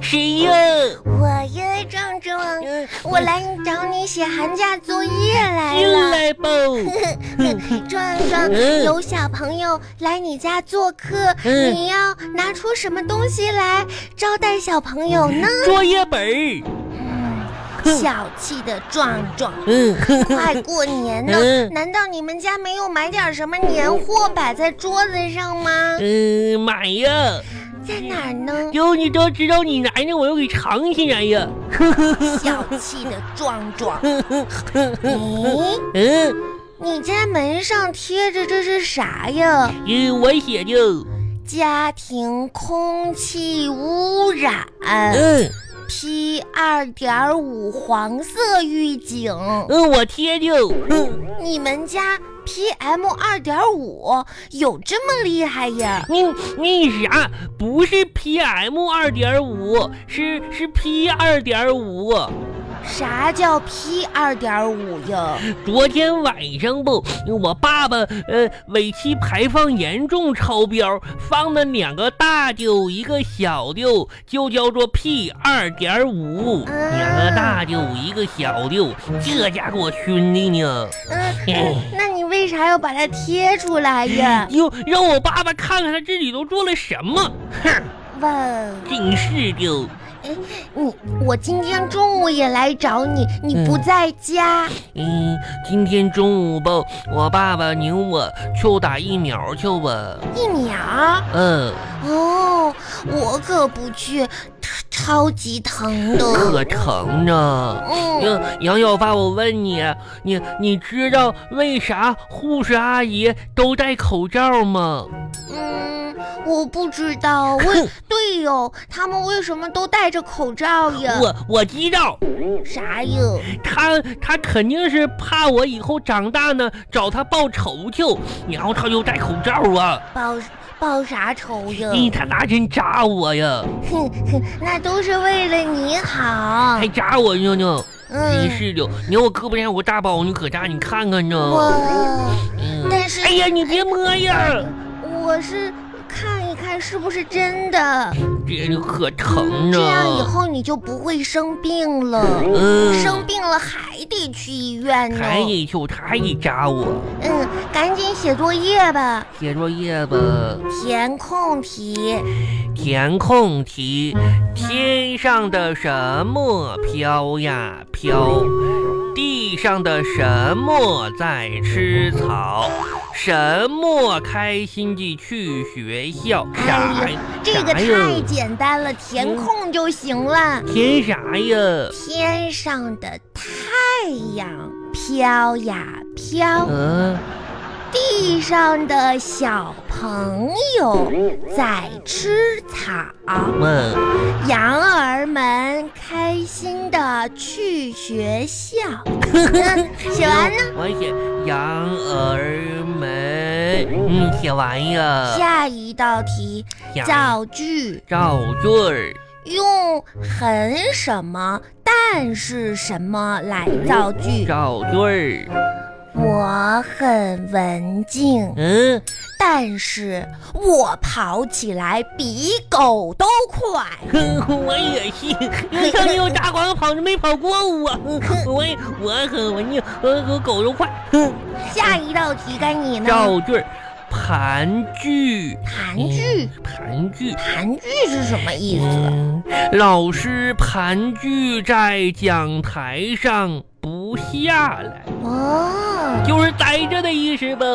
谁呀？我呀，壮壮，我来找你写寒假作业来进了。来吧。 壮壮，嗯有小朋友来你家做客，嗯你要拿出什么东西来招待小朋友呢？作业本儿，小气的壮壮，嗯，快过年了，嗯难道你们家没有买点什么年货摆在桌子上吗？嗯，买呀！在哪儿呢？哟，你都知道你来呢，我又给藏起来呀。嗯小气的壮壮，哎，嗯，你家门上贴着这是啥呀？嗯，我写的。家庭空气污染嗯 P 二点五黄色预警，嗯，我贴的。嗯，你们家 PM 二点五有这么厉害呀？你你啥？不是 PM 二点五，是是 P 二点五。啥叫 P 二点五呀？昨天晚上不，我爸爸呃尾气排放严重超标，放了两个大丢，一个小丢，就叫做 P 二点五，啊两个大丢，一个小丢，这家给我熏的呢，嗯，那那你为啥要把它贴出来呀？哟，让我爸爸看看他自己都做了什么，哼，问。真是的，你我今天中午也来找你，你不嗯在家，嗯，今天中午吧，我爸爸领我去打疫苗去吧，一秒嗯，哦，我可不去，超超级 疼的。可成呢。嗯，杨杨小发，我问你，你你知道为啥护士阿姨都戴口罩吗？嗯，我不知道，为对哟，他们为什么都戴着口罩呀？我我知道，啥呀？她她肯定是怕我以后长大呢找她报仇去，然后她就戴口罩啊。报报啥仇呀？咦，她拿针扎我呀，哼哼， 那都是为了你好还。扎我呢呢，真嗯，是的。你看我胳膊上有个大包，你可大，你看看呢。我嗯但是哎呀，你别摸呀，我是看一看是不是真的。这可疼呢。这样以后你就不会生病了，嗯，生病了还得去医院呢。还得去，她还得扎我。嗯，赶紧写作业吧，写作业吧，填空题。填空题。天上的什么飘呀飘？地上的什么在吃草？什么开心地去学校？啥哎呀呀？，这个啥呀太简单了，填空就行了。填啥呀？天上的太阳飘呀飘，嗯、地上的小朋友在吃草。问羊儿们开心的去学校。 嗯写完了，我写羊儿们，嗯，写完呀。下一道题，写完造句造句儿，用很什么但是什么来造句。造句儿，我很文静，嗯。但是我跑起来比狗都快。 我也是，因为上次我打广跑着没跑过我，我也我很文静，我和狗都快。下一道题该你呢？造句儿，盘踞，哎盘踞，嗯盘踞。盘踞是什么意思？嗯，老师盘踞在讲台上不下来，哦，就是呆着的意思吧。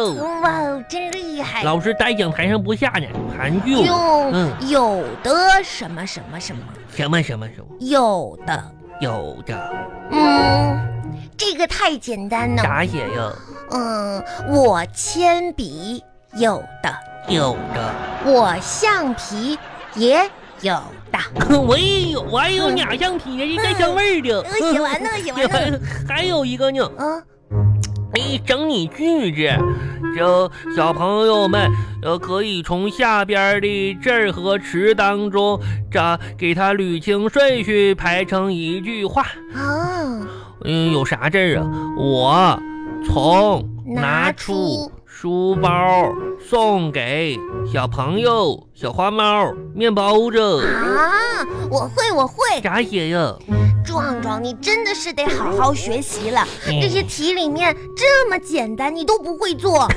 哇，真厉害！老师在讲台上不下来，盘踞，嗯用有的什么什么什么，什么什么什么，有的，有的嗯，这个太简单了。咋写呀？嗯，我铅笔有的，有的，我橡皮也有的。 我也有，我还有俩橡皮呢，这带香味儿的。呃，写完 了，写另完了。外还有一个呢，嗯，哎，整理句子，这小朋友们呃可以从下边的字儿和词当中，这给它捋清顺序，排成一句话。啊，嗯，有啥字儿啊？我从拿拿出出书包送给小朋友、小花猫、面包子。啊，我会，我会。咋写呀？壮壮，你真的是得好好学习了。嗯这些题里面这么简单，你都不 会做，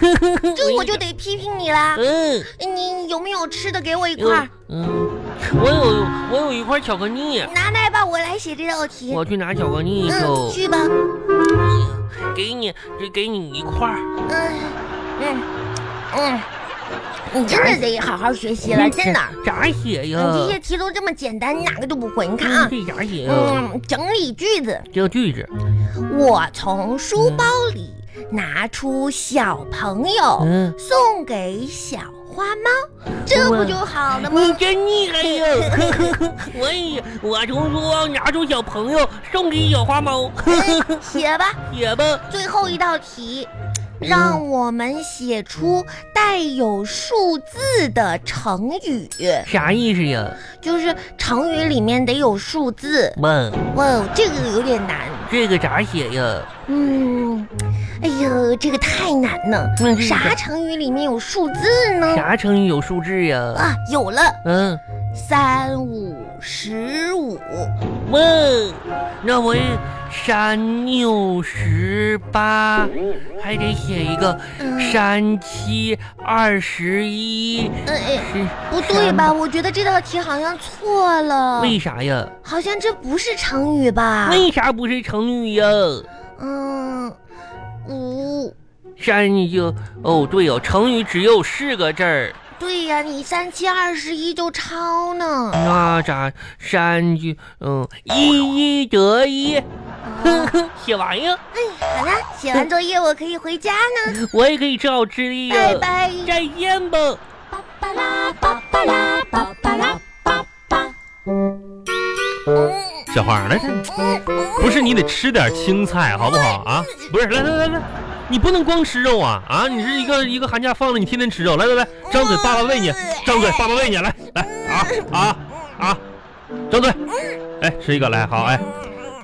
这我就得批评你啦。嗯，你有没有吃的？给我一块儿，嗯，我有我有一块巧克力，拿来吧，我来写这道题。我去拿巧克力去。嗯，去吧。给你，这给你一块儿。嗯嗯嗯，你真的得好好学习了，嗯真的。咋写你呀？哎这些题都这么简单，你哪个都不会？你看啊，这咋写呀？嗯，整理句子。这句子，我从书包里拿出小朋友。嗯，送给小花猫，这不就好了吗？你真厉害呀！ 我也，我从书包拿出小朋友送给小花猫， 写吧，写吧。最后一道题，让我们写出带有数字的成语，啥意思呀？就是成语里面得有数字。问哇哦，这个有点难。这个咋写呀？嗯，哎呦，这个太难了那。这个啥成语里面有数字呢？嗯啥成语有数字呀？啊，有了，嗯，三五十五。问，那我也三六十八，还得写一个嗯，三七二十一，哎哎。是不对吧？我觉得这道题好像错了，为啥呀？好像这不是成语吧？为啥不是成语呀？嗯，五，三就哦对哦，成语只有四个字儿，对呀，你三七二十一就抄呢。那咋三就嗯一一得一，嗯哦写完呀，好了，写完作业我可以回家呢， 我也可以吃好吃的呀。拜拜。再见吧。巴拉巴巴拉巴巴拉巴巴。嗯小花儿来，嗯嗯不是你得吃点青菜好不好啊？不是，来来来来，你不能光吃肉啊啊！你是一个一个寒假放了，你天天吃肉，来来来，张嘴，爸爸喂你，张嘴，爸爸喂你，来来啊啊啊，张嘴，哎，吃一个来，好哎，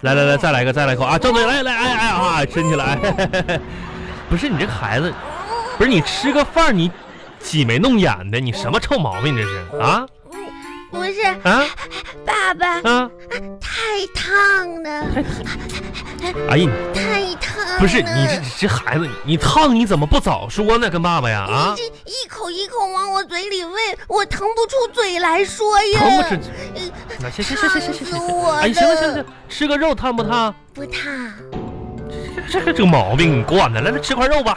来来来，再来一个，再来一口啊，张嘴，来来哎哎啊，伸起来，哎嘿嘿嘿不是你这个孩子，不是你吃个饭你挤眉弄眼的，你什么臭毛病这哦是啊不是，啊爸爸 啊！太烫了，哎呀，你太烫了。不是你这这孩子，你烫你怎么不早说呢？跟爸爸呀啊你，这一口一口往我嘴里喂，我腾不出嘴来说呀。疼不吃？嗯那行行行行行行烫死行，我哎行了行了了行了，吃个肉烫不烫？不烫。这这个毛病你惯的，来来吃块肉吧，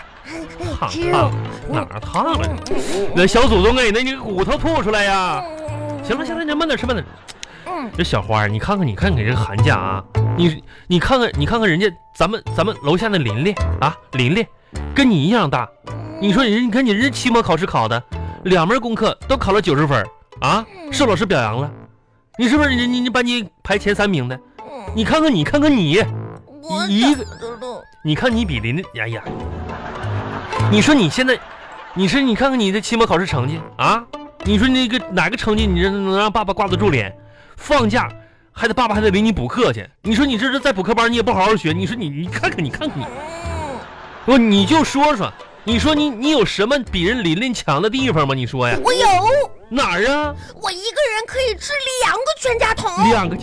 烫吃肉烫。哪儿烫了你？那小祖宗给那你骨头吐出来呀！行了行了，你慢点吃慢点吃。嗯，这小花儿，你看看你看看这个寒假啊，你你看看你看看人家咱们咱们楼下那邻里啊邻里，跟你一样大，你说人，你看你人期末考试考的，两门功课都考了九十分儿啊，受老师表扬了，你是不是你你你班级排前三名的？你看看你看看你，我一个个你看你比邻的，哎呀，你说你现在，你说你看看你的期末考试成绩啊，你说那个哪个成绩你能能让爸爸挂得住脸？放假还得爸爸还得领你补课去，你说你这是在补课班你也不好好学，你说你你看看你看看你。不，你就说说，你说你你有什么比人琳琳强的地方吗？你说呀，我有，哪儿啊？我一个人可以吃两个全家桶。两个，